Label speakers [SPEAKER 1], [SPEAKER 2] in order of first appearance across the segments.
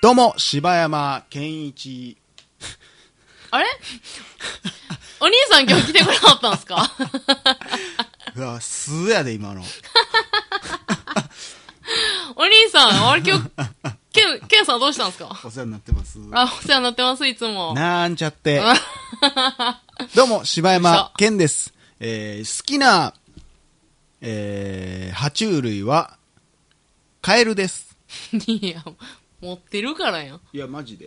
[SPEAKER 1] どうも、柴山健一。
[SPEAKER 2] あれお兄さん今日来てくれなかった んですか
[SPEAKER 1] うわ、素やで、今の。
[SPEAKER 2] お兄さん、あれ今日、ケン、ケンさんどうしたんですか
[SPEAKER 1] お世話になってます。
[SPEAKER 2] あ、お世話になってます、いつも。
[SPEAKER 1] なんちゃって。どうも、柴山健です。えー好きな、えー、爬虫類は、カエルです。
[SPEAKER 2] いや、持ってるからやん。
[SPEAKER 1] いや、マジで。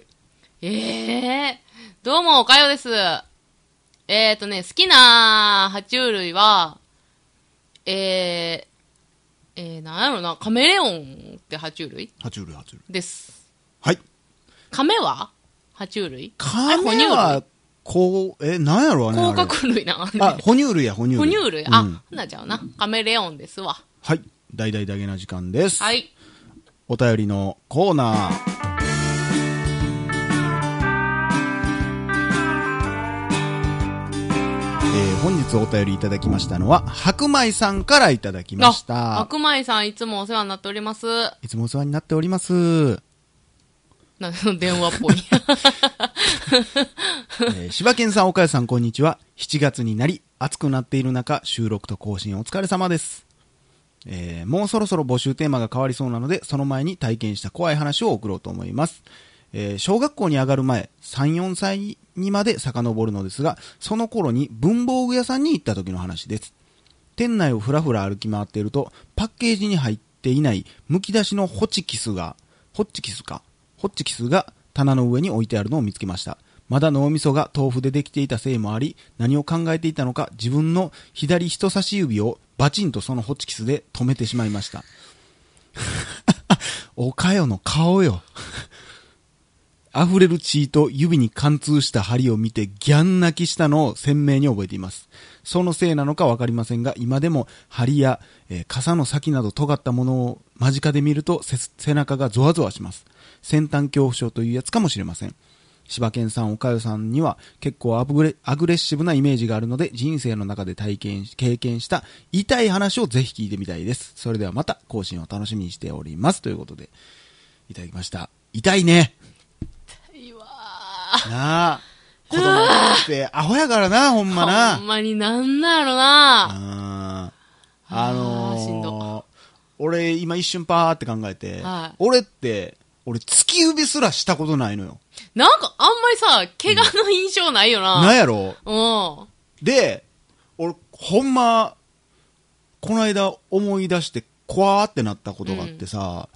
[SPEAKER 2] ええー。どうも、おかよです。えーとね、好きな爬虫類は、えー、えー、なんやろな、カメレオンって爬虫類
[SPEAKER 1] 爬虫類、爬虫類。
[SPEAKER 2] です。
[SPEAKER 1] はい。
[SPEAKER 2] カメは爬虫類
[SPEAKER 1] カ
[SPEAKER 2] あ
[SPEAKER 1] メ
[SPEAKER 2] れ哺
[SPEAKER 1] は、こう、え、なんやろう
[SPEAKER 2] 乳
[SPEAKER 1] ね。あ
[SPEAKER 2] 類
[SPEAKER 1] れ
[SPEAKER 2] 甲殻類な。あれ
[SPEAKER 1] あ、哺乳類や、哺乳類。
[SPEAKER 2] 哺乳類あ、
[SPEAKER 1] う
[SPEAKER 2] ほ
[SPEAKER 1] ん
[SPEAKER 2] ん、なちゃうな。カメレオンですわ。
[SPEAKER 1] はい。大々だけな時間です。
[SPEAKER 2] はい。
[SPEAKER 1] お便りのコーナー。えー本日お便りいただきましたのは、白米さんからいただきまし
[SPEAKER 2] あ
[SPEAKER 1] た。
[SPEAKER 2] 白米さんいつもお世話になっております。
[SPEAKER 1] いつもお世話になっております。え
[SPEAKER 2] な 電話っぽい。
[SPEAKER 1] ー、柴犬さん、岡谷さん、こんにちは。7月になり、暑くなっている中、収録と更新お疲れ様です。えーもうそろそろ募集テーマが変わりそうなので、その前に体験した怖い話を送ろうと思います。えー小学校に上がる前、3、4歳にまで遡るのですが、その頃に文房具屋さんに行った時の話です。店内をふらふら歩き回っていると、パッケージに入っていない、むき出しのホチキスが、ホチキスか、ホチキスが棚の上に置いてあるのを見つけました。まだ脳みそが豆腐でできていたせいもあり、何を考えていたのか自分の左人差し指をバチンとそのホチキスで止めてしまいました。 おかよの顔よ。溢れる血と指に貫通した針を見てギャン泣きしたのを鮮明に覚えています。そのせいなのかわかりませんが、今でも針や、えー傘の先など尖ったものを間近で見るとせ背中がゾワゾワします。先端恐怖症というやつかもしれません。柴犬さん、おかよさんには結構アグレアグレッシブなイメージがあるので、人生の中で体験し、経験した痛い話をぜひ聞いてみたいです。それではまた更新を楽しみにしております。ということで、いただきました。痛いね。
[SPEAKER 2] いいわ
[SPEAKER 1] なあ。子供って、アホやからな、ほんま
[SPEAKER 2] ーほ
[SPEAKER 1] な。
[SPEAKER 2] んまになんなんやろ
[SPEAKER 1] あ
[SPEAKER 2] な。
[SPEAKER 1] あ
[SPEAKER 2] あー
[SPEAKER 1] のー
[SPEAKER 2] しんど
[SPEAKER 1] 俺、今一瞬パーって考えて、
[SPEAKER 2] はい
[SPEAKER 1] 俺って、俺、突き指すらしたことないのよ。
[SPEAKER 2] なんかあんまりさ、怪我の印象ないよ
[SPEAKER 1] なん
[SPEAKER 2] な。
[SPEAKER 1] やろ
[SPEAKER 2] うん。
[SPEAKER 1] で、俺、ほんま、この間思い出して、怖ーってなったことがあってさ、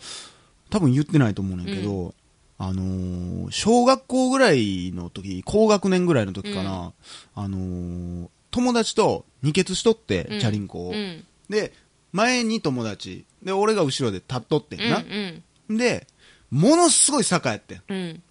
[SPEAKER 1] 多分言ってないと思うねんだけど、あのー小学校ぐらいの時、高学年ぐらいの時かな、あのー友達と二血しとって、
[SPEAKER 2] うん
[SPEAKER 1] チャリンコを。
[SPEAKER 2] うん。
[SPEAKER 1] で、前に友達、で、俺が後ろで立っとってん
[SPEAKER 2] うん。う
[SPEAKER 1] な。
[SPEAKER 2] ん。
[SPEAKER 1] で、ものすごい坂やってん。
[SPEAKER 2] うん。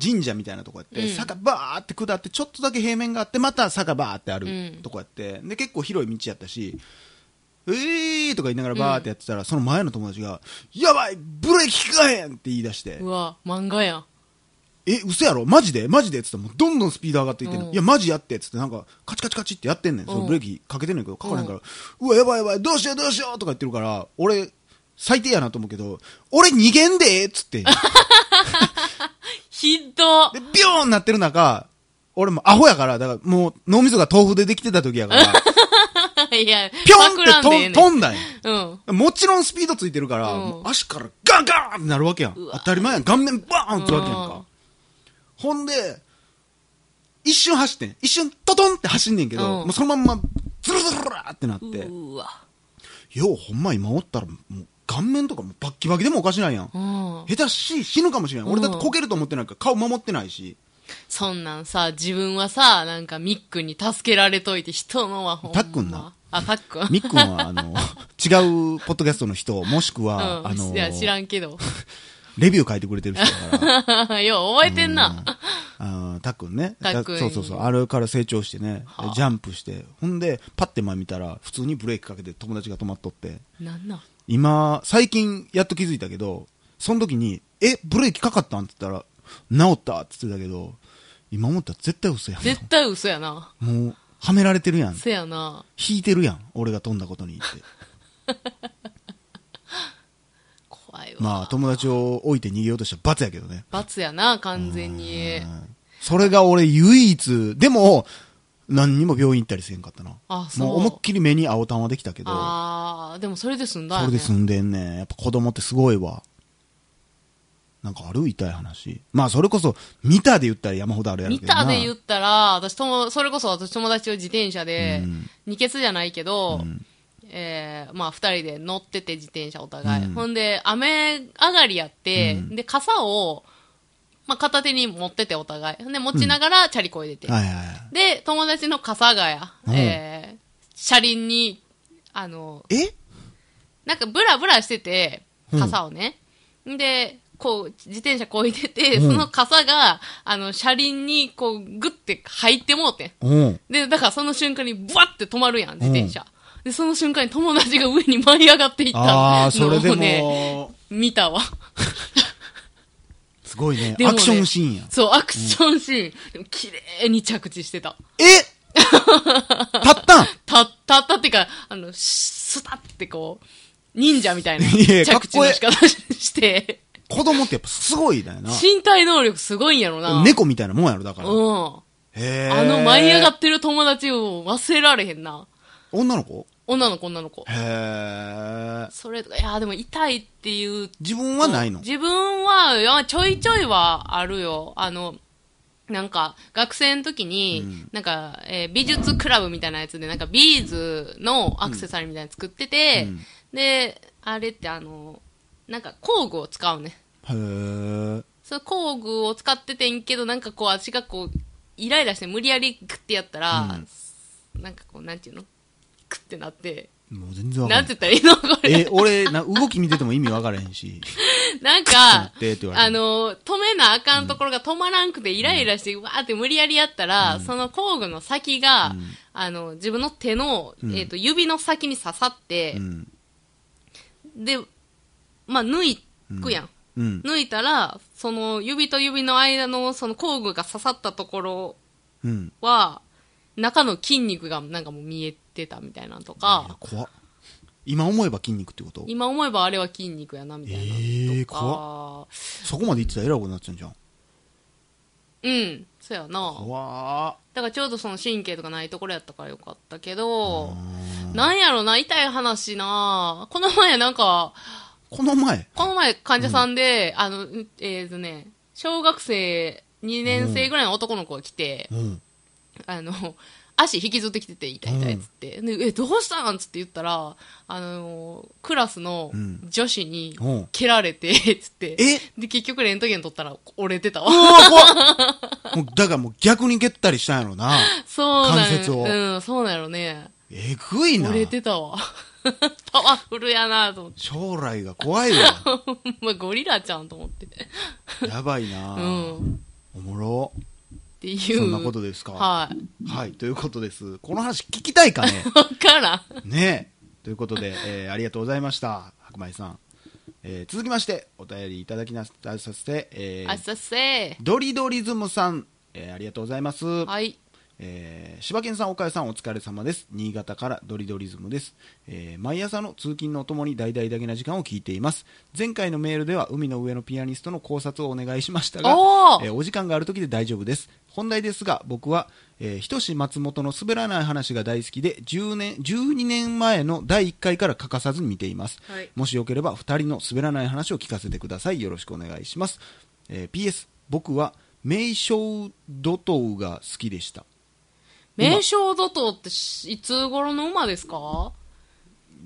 [SPEAKER 1] 神社みたいなとこやって、
[SPEAKER 2] うん
[SPEAKER 1] 坂バーって下ってちょっとだけ平面があってまた坂バーってあ
[SPEAKER 2] う
[SPEAKER 1] る
[SPEAKER 2] ん
[SPEAKER 1] とこやって、で結構広い道やったし「えー!」とか言いながらバーってやってたら、その前の友達が「やばいブレーキ効かへん!」って言い出して
[SPEAKER 2] うわ、漫画やん。
[SPEAKER 1] 「え嘘やろマジでマジで?」っつってもうどんどんスピード上がっていってんの
[SPEAKER 2] うん
[SPEAKER 1] いやマジやって」っつってなんかカチカチカチってやってんねんその
[SPEAKER 2] うん
[SPEAKER 1] ブレーキかけてんねんけどかからへんから「うわやばいやばいどうしようどうしよう!」とか言ってるから俺最低やなと思うけど「俺逃げんで!」っつって。
[SPEAKER 2] ひど
[SPEAKER 1] で、ビョーンなってる中、俺もアホやから、だからもう脳みそが豆腐でできてた時や から、
[SPEAKER 2] いや、
[SPEAKER 1] ピョ
[SPEAKER 2] パクら
[SPEAKER 1] ンっ
[SPEAKER 2] ん
[SPEAKER 1] て
[SPEAKER 2] で
[SPEAKER 1] と
[SPEAKER 2] ええ
[SPEAKER 1] ん
[SPEAKER 2] ねん。
[SPEAKER 1] 飛んだんや。
[SPEAKER 2] うん。
[SPEAKER 1] もちろんスピードついてるから、
[SPEAKER 2] うん
[SPEAKER 1] もう足からガンガーンってなるわけやん。
[SPEAKER 2] うわ
[SPEAKER 1] 当たり前やん。顔面バーンってわけやんか。ほんで、一瞬走ってん。一瞬トトンって走んねんけど、
[SPEAKER 2] う
[SPEAKER 1] も
[SPEAKER 2] ん
[SPEAKER 1] うそのまんまズルズルズルってなっ
[SPEAKER 2] う
[SPEAKER 1] て、
[SPEAKER 2] ーわ。
[SPEAKER 1] ようほんま今おったら、もう顔面とかもうバッキバキでもおかしないやん。
[SPEAKER 2] うん。
[SPEAKER 1] 下手し死ぬかもしれん。俺だってこけると思ってないから顔守ってないし。
[SPEAKER 2] そんなんさ、自分はさ、なんかミックに助けられといて、人のはほんま。
[SPEAKER 1] たっくんな。
[SPEAKER 2] あ、たっくん。
[SPEAKER 1] みっくんは、あ の、違うポッドキャストの人、もしくは、
[SPEAKER 2] うん、
[SPEAKER 1] あの、
[SPEAKER 2] いや、知らんけど。よう
[SPEAKER 1] レビュー書いてくれてる人だから、
[SPEAKER 2] 覚えてんな。
[SPEAKER 1] あーたっくんね。
[SPEAKER 2] たっくん
[SPEAKER 1] そうそうそう。あれから成長してね、ジャンプして。ほんで、パッて前見たら、普通にブレーキかけて友達が止まっとって。
[SPEAKER 2] なんなん
[SPEAKER 1] 今、最近、やっと気づいたけど、その時に、え、ブレーキかかったんって言ったら、治ったって言ってたけど、今思ったら絶対嘘やん。
[SPEAKER 2] 絶対嘘やな。
[SPEAKER 1] もう、はめられてるやん。
[SPEAKER 2] 嘘やな。
[SPEAKER 1] 引いてるやん。俺が飛んだことにって。
[SPEAKER 2] 怖いわ。
[SPEAKER 1] まあ、友達を置いて逃げようとしたら罰やけどね。
[SPEAKER 2] 罰やな、完全に。
[SPEAKER 1] それが俺唯一、でも、何にも病院行ったりせんかったな。
[SPEAKER 2] あそう
[SPEAKER 1] もう思いっきり目に青たんはできたけど、
[SPEAKER 2] ああ、でもそれで済んだ
[SPEAKER 1] そ
[SPEAKER 2] よ
[SPEAKER 1] れで
[SPEAKER 2] ね。
[SPEAKER 1] 済んでんね。やっぱ子供ってすごいわ。なんかある痛い話。まあ、それこそ、見たで言ったら山ほどあるやろ
[SPEAKER 2] 見
[SPEAKER 1] けどな。
[SPEAKER 2] たで言ったら、私とも、それこそ私友達を自転車で、
[SPEAKER 1] うん
[SPEAKER 2] 二ケツじゃないけど、
[SPEAKER 1] うん
[SPEAKER 2] えーまあ二人で乗ってて自転車お互い。
[SPEAKER 1] うん
[SPEAKER 2] ほんで、雨上がりやって、で、傘を、まあ片手に持っててお互い。ほんで、持ちながらチャリこいでて。
[SPEAKER 1] はいはいはい。
[SPEAKER 2] で、友達の傘がや、
[SPEAKER 1] うん
[SPEAKER 2] えー車輪に、あの、
[SPEAKER 1] え
[SPEAKER 2] なんかブラブラしてて、
[SPEAKER 1] うん
[SPEAKER 2] 傘をね。ん、で、こう、自転車こいでて、
[SPEAKER 1] うん
[SPEAKER 2] その傘が、あの、車輪に、こう、グッて入ってもうてん。
[SPEAKER 1] うん。
[SPEAKER 2] で、だからその瞬間に、ブワッて止まるやん、自転車。で、その瞬間に友達が上に舞い上がっていった
[SPEAKER 1] ああ、それで
[SPEAKER 2] のをね、
[SPEAKER 1] も、
[SPEAKER 2] 見たわ。
[SPEAKER 1] すごいね。
[SPEAKER 2] で も
[SPEAKER 1] ア
[SPEAKER 2] ね
[SPEAKER 1] クションシーン や。
[SPEAKER 2] そう、アクションシーン。でも綺麗に着地してた。
[SPEAKER 1] えたったん
[SPEAKER 2] た、たったっていうか、あの、スタってこう、忍者みたいな
[SPEAKER 1] いやかっ
[SPEAKER 2] 着地
[SPEAKER 1] こええ
[SPEAKER 2] の仕方して、
[SPEAKER 1] 子供ってやっぱすごいだよな。
[SPEAKER 2] 身体能力すごいんやろな。
[SPEAKER 1] 猫みたいなもんやろ、だから。
[SPEAKER 2] うん。
[SPEAKER 1] へー
[SPEAKER 2] あの舞い上がってる友達を忘れられへんな。
[SPEAKER 1] 女の子
[SPEAKER 2] 女の子、女の子。
[SPEAKER 1] へえ。
[SPEAKER 2] それとか、いや、でも痛いっていう。
[SPEAKER 1] 自分はないの
[SPEAKER 2] 自分は、いやちょいちょいはあるよ。あの、なんか、学生の時に、なんか、えー美術クラブみたいなやつで、なんかビーズのアクセサリーみたいなの作ってて、
[SPEAKER 1] うん
[SPEAKER 2] で、あれってあの、なんか工具を使うね。
[SPEAKER 1] へえ。
[SPEAKER 2] その工具を使っててんけど、なんかこう、私がこう、イライラして無理やりグッてやったら、なんかこう、なんていうのグッてなって、
[SPEAKER 1] もう全然わか
[SPEAKER 2] なんん
[SPEAKER 1] な
[SPEAKER 2] て
[SPEAKER 1] い。
[SPEAKER 2] 言ったらいいのこ
[SPEAKER 1] え
[SPEAKER 2] れ。、
[SPEAKER 1] 俺、な、動き見てても意味わからへんし。
[SPEAKER 2] なんか
[SPEAKER 1] グッてなってって言わ、れて
[SPEAKER 2] あの、止めなあかんところが止まらんくて、イライラして、わーって無理やりやったら、その工具の先が、あの、自分の手の、
[SPEAKER 1] うん
[SPEAKER 2] えっ、と、指の先に刺さって
[SPEAKER 1] う、ん。
[SPEAKER 2] で、まあ、抜いくやん
[SPEAKER 1] うん。
[SPEAKER 2] 抜いたら、その指と指の間のその工具が刺さったところ
[SPEAKER 1] うん。
[SPEAKER 2] は、中の筋肉がなんかもう見えてたみたいなのと
[SPEAKER 1] いや
[SPEAKER 2] か、
[SPEAKER 1] 怖っ今思えば筋肉ってこと
[SPEAKER 2] 今思えばあれは筋肉やなみたいなのとか、
[SPEAKER 1] えー怖そこまで言ってたら偉くなっちゃうんじゃん。
[SPEAKER 2] うん、そうやな。
[SPEAKER 1] 怖っ
[SPEAKER 2] だからちょうどその神経とかないところやったからよかったけど、
[SPEAKER 1] うん
[SPEAKER 2] なんやろな、痛い話な。この前なんか、
[SPEAKER 1] この前。
[SPEAKER 2] この前患者さんで、あの、うえっ、とね、小学生2年生ぐらいの男の子が来て、
[SPEAKER 1] うん。
[SPEAKER 2] あの、足引きずってきてて、痛い痛いっつって。でえ、どうしたんつって言ったら、あの、クラスの
[SPEAKER 1] うん
[SPEAKER 2] 女子に
[SPEAKER 1] うん
[SPEAKER 2] 蹴られて、つって。
[SPEAKER 1] え
[SPEAKER 2] で、結局レントゲン取ったら折れてた
[SPEAKER 1] う
[SPEAKER 2] わ。
[SPEAKER 1] わ怖 っもうだからもう逆に蹴ったりしたんやろな。
[SPEAKER 2] そうなん
[SPEAKER 1] 関節を
[SPEAKER 2] うん、そうなんやろね。
[SPEAKER 1] えぐいな
[SPEAKER 2] 折。れてたわ。 パワフルやなと思って。
[SPEAKER 1] 将来が怖いわ。
[SPEAKER 2] まゴリラちゃんと思って。
[SPEAKER 1] やばいな、
[SPEAKER 2] うん。
[SPEAKER 1] おもろ。
[SPEAKER 2] っていう。
[SPEAKER 1] そんなことですか。
[SPEAKER 2] はい。
[SPEAKER 1] はい、ということです。この話聞きたいかね
[SPEAKER 2] わからん。
[SPEAKER 1] ねということで、えーありがとうございました、白米さん。えー続きまして、お便りいただきなさせて、えー
[SPEAKER 2] あっさっせ
[SPEAKER 1] ドリドリズムさん、えーありがとうございます。
[SPEAKER 2] はい。
[SPEAKER 1] えー柴犬さん、岡谷さん、お疲れ様です。新潟からドリドリズムです。えー毎朝の通勤のおともに大々だけな時間を聞いています。前回のメールでは、海の上のピアニストの考察をお願いしましたが、
[SPEAKER 2] おー
[SPEAKER 1] えーお時間がある時で大丈夫です。本題ですが、僕は、えー、ひとし松本の滑らない話が大好きで、10年、12年前の第1回から欠かさずに見ています。
[SPEAKER 2] はい
[SPEAKER 1] もしよければ、2人の滑らない話を聞かせてください。よろしくお願いします。えー PS、僕は、名称ドトウが好きでした。
[SPEAKER 2] 名称怒涛ってしいつ頃の馬ですか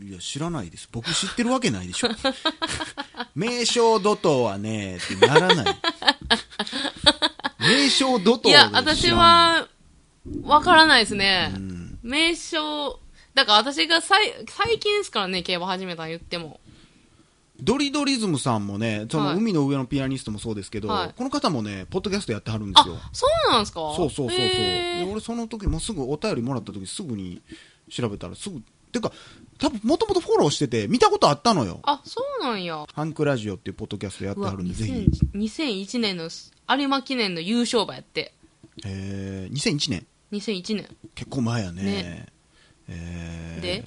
[SPEAKER 1] いや、知らないです。僕知ってるわけないでしょ。 名称怒涛はね、ってならない。名称怒涛
[SPEAKER 2] い
[SPEAKER 1] で
[SPEAKER 2] や、
[SPEAKER 1] 知
[SPEAKER 2] 私
[SPEAKER 1] らん。
[SPEAKER 2] は、わからないですね。
[SPEAKER 1] ん
[SPEAKER 2] 名称、だから私がさい最近ですからね、競馬始めたの言っても。
[SPEAKER 1] ドリドリズムさんもね、そ
[SPEAKER 2] は
[SPEAKER 1] の
[SPEAKER 2] い
[SPEAKER 1] 海の上のピアニストもそうですけど、
[SPEAKER 2] はい
[SPEAKER 1] この方もね、ポッドキャストやってはるんですよ。
[SPEAKER 2] あ、そうなんですか
[SPEAKER 1] そうそうそうそう。
[SPEAKER 2] へ
[SPEAKER 1] で
[SPEAKER 2] ー
[SPEAKER 1] 俺その時もうすぐお便りもらった時すぐに調べたらすぐ、てか、多分もともとフォローしてて、見たことあったのよ。
[SPEAKER 2] あ、そうなんや。
[SPEAKER 1] ハンクラジオっていうポッドキャストやっ
[SPEAKER 2] う
[SPEAKER 1] ては
[SPEAKER 2] わ、
[SPEAKER 1] るんで、ぜひ。
[SPEAKER 2] 2000 2001年の有馬記念の優勝馬やって。
[SPEAKER 1] えー、2001年。
[SPEAKER 2] 2001年。
[SPEAKER 1] 結構前やね。
[SPEAKER 2] ね
[SPEAKER 1] えー
[SPEAKER 2] で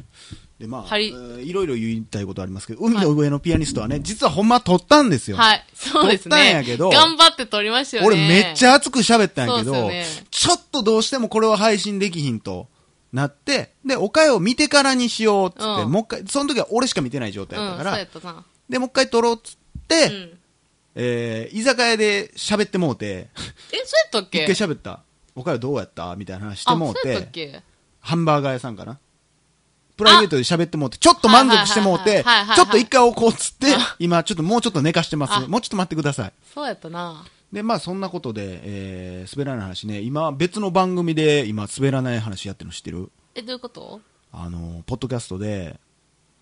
[SPEAKER 1] で、まあ、
[SPEAKER 2] はい
[SPEAKER 1] えーいろいろ言いたいことありますけど、海の上のピアニストはね、実はほんま撮ったんですよ。
[SPEAKER 2] はい。そうで
[SPEAKER 1] 撮
[SPEAKER 2] すね。
[SPEAKER 1] ったんやけど
[SPEAKER 2] 頑張って撮りましたよね。
[SPEAKER 1] 俺めっち
[SPEAKER 2] ゃ。
[SPEAKER 1] ゃ熱く喋ったんやけど、
[SPEAKER 2] そうっすよね
[SPEAKER 1] ちょっとどうしてもこれは配信できひんとなって、で、おかえを見てからにしようっつって、
[SPEAKER 2] うん
[SPEAKER 1] もう一回、その時は俺しか見てない状態だったから、
[SPEAKER 2] うん、そうやったな。
[SPEAKER 1] で、もう一回撮ろうっつって、
[SPEAKER 2] うん。
[SPEAKER 1] えー居酒屋で喋ってもうて、
[SPEAKER 2] え、そうやったっけ
[SPEAKER 1] 一回喋った。おかゆどうやったみたいな話してもう
[SPEAKER 2] あ、そうやった
[SPEAKER 1] て
[SPEAKER 2] っ、け
[SPEAKER 1] ハンバーガー屋さんかな。プライベートで喋ってもうて、ちょっと満足してもう
[SPEAKER 2] はいはい
[SPEAKER 1] て
[SPEAKER 2] はいはいはいは、い
[SPEAKER 1] ちょっと一回置こうっつって、今ちょっともうちょっと寝かしてます。
[SPEAKER 2] あ
[SPEAKER 1] もうちょっと待ってください。
[SPEAKER 2] そうやったな。
[SPEAKER 1] で、まあそんなことで、えー、滑らない話ね、今別の番組で今滑らない話やってるの知ってる
[SPEAKER 2] え、どういうこと
[SPEAKER 1] あの、ポッドキャストで、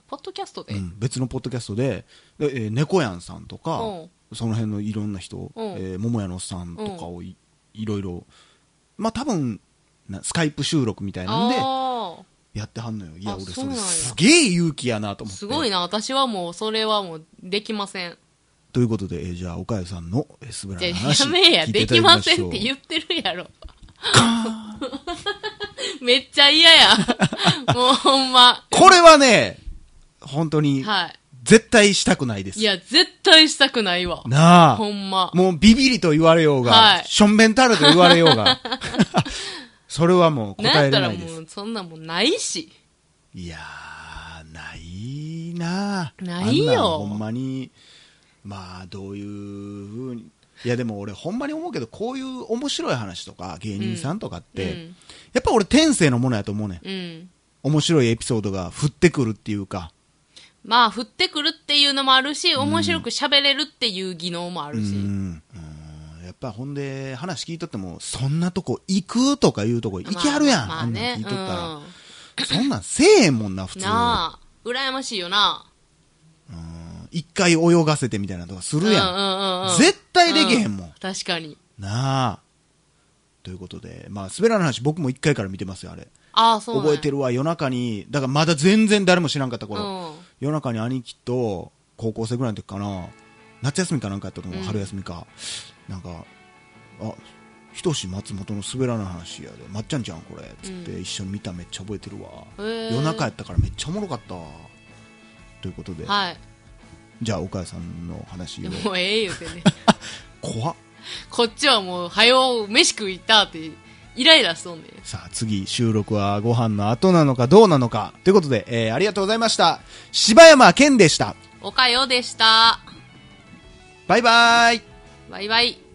[SPEAKER 2] ポッドキャストで、
[SPEAKER 1] うん、別のポッドキャストで、でえー猫やんさんとか
[SPEAKER 2] うん、
[SPEAKER 1] その辺のいろんな人、
[SPEAKER 2] うん
[SPEAKER 1] えー桃屋のおっさんとかをい,、ろいろ、まあ多分、なスカイプ収録みたいなんで、
[SPEAKER 2] あ
[SPEAKER 1] やってはんのよ。いや、
[SPEAKER 2] あ
[SPEAKER 1] 俺
[SPEAKER 2] そう
[SPEAKER 1] そ
[SPEAKER 2] なん
[SPEAKER 1] れ
[SPEAKER 2] や
[SPEAKER 1] すげえ勇気やなと
[SPEAKER 2] あ、
[SPEAKER 1] 思って。
[SPEAKER 2] すごいな。私はもう、それはもう、できません。
[SPEAKER 1] ということで、えーじゃあ、岡谷さんの、えー、滑ら
[SPEAKER 2] じ
[SPEAKER 1] な
[SPEAKER 2] ゃ
[SPEAKER 1] い
[SPEAKER 2] あ、
[SPEAKER 1] 話
[SPEAKER 2] やめえや。
[SPEAKER 1] 聞いて
[SPEAKER 2] で
[SPEAKER 1] いただ
[SPEAKER 2] き
[SPEAKER 1] き
[SPEAKER 2] ま
[SPEAKER 1] まし
[SPEAKER 2] せ
[SPEAKER 1] ょ
[SPEAKER 2] ん
[SPEAKER 1] う
[SPEAKER 2] って言ってるやろ。 めっちゃ 嫌や。もうほんま。
[SPEAKER 1] これはね、本当に、
[SPEAKER 2] はい。
[SPEAKER 1] 絶対したくないです。
[SPEAKER 2] いや、絶対したくないわ。
[SPEAKER 1] なあ。
[SPEAKER 2] ほんま。
[SPEAKER 1] もうビビリと言われようが、
[SPEAKER 2] はい
[SPEAKER 1] しょんべんたると言われよう が、それはもう
[SPEAKER 2] なん
[SPEAKER 1] 答
[SPEAKER 2] や
[SPEAKER 1] え
[SPEAKER 2] った
[SPEAKER 1] れ
[SPEAKER 2] ら
[SPEAKER 1] ないです。
[SPEAKER 2] もう、そんなもんないし。
[SPEAKER 1] いやー、ないなあ
[SPEAKER 2] ない
[SPEAKER 1] あ
[SPEAKER 2] よ
[SPEAKER 1] んなんほんまに、まあ、どういうふうに、いやでも俺ほんまに思うけど、こういう面白い話とか、芸人さんとかって、
[SPEAKER 2] うん
[SPEAKER 1] やっぱ俺天性のものやと思うねん。
[SPEAKER 2] うん。
[SPEAKER 1] 面白いエピソードが降ってくるっていうか、
[SPEAKER 2] まあ、降ってくるっていうのもあるし、面白く喋れるっていう技能もあ
[SPEAKER 1] う
[SPEAKER 2] るし。
[SPEAKER 1] ん、うんやっぱほんで話聞いとっても、そんなとこ行くとかいうとこ行きはるやん、
[SPEAKER 2] まあ、ま
[SPEAKER 1] あ
[SPEAKER 2] あ
[SPEAKER 1] んなん
[SPEAKER 2] ね。
[SPEAKER 1] 聞いとったら。
[SPEAKER 2] うん
[SPEAKER 1] そんなんせえへんもんな、普通。
[SPEAKER 2] なあ、羨ましいよな。
[SPEAKER 1] うん一回泳がせてみたいなとかするや。
[SPEAKER 2] うんんうんうんうん、
[SPEAKER 1] 絶対できへんもん
[SPEAKER 2] う確かに。
[SPEAKER 1] なあ。ということで、まあ、滑らない話僕も一回から見てますよ、あれ。
[SPEAKER 2] ああ、そうなん
[SPEAKER 1] 覚えて
[SPEAKER 2] る。
[SPEAKER 1] るわ、夜中に、だからまだ全然誰も知らんかった
[SPEAKER 2] う
[SPEAKER 1] 頃、
[SPEAKER 2] ん。
[SPEAKER 1] 夜中に兄貴と、高校生ぐらいの時かな、夏休みかなんかやったと思う、
[SPEAKER 2] うん
[SPEAKER 1] 春休みか。なんか、あ、ひとし松本の滑らない話やで、まっちゃんじゃん、これ。つって、一緒に見ためっちゃ覚えてるわ。
[SPEAKER 2] へえ
[SPEAKER 1] 夜中やったからめっちゃおもろかったわ。ということで、
[SPEAKER 2] はい。
[SPEAKER 1] じゃあ、岡谷さんの話
[SPEAKER 2] で
[SPEAKER 1] を。
[SPEAKER 2] もうええ言うてね。
[SPEAKER 1] 怖っ
[SPEAKER 2] こっちはもう、はよ、飯食いたって、イライラしとんねん。
[SPEAKER 1] さあ、次、収録はご飯の後なのかどうなのか。ということで、えー、ありがとうございました。柴山健でした。
[SPEAKER 2] おかよでした。
[SPEAKER 1] バイバーイ。
[SPEAKER 2] バイバイ。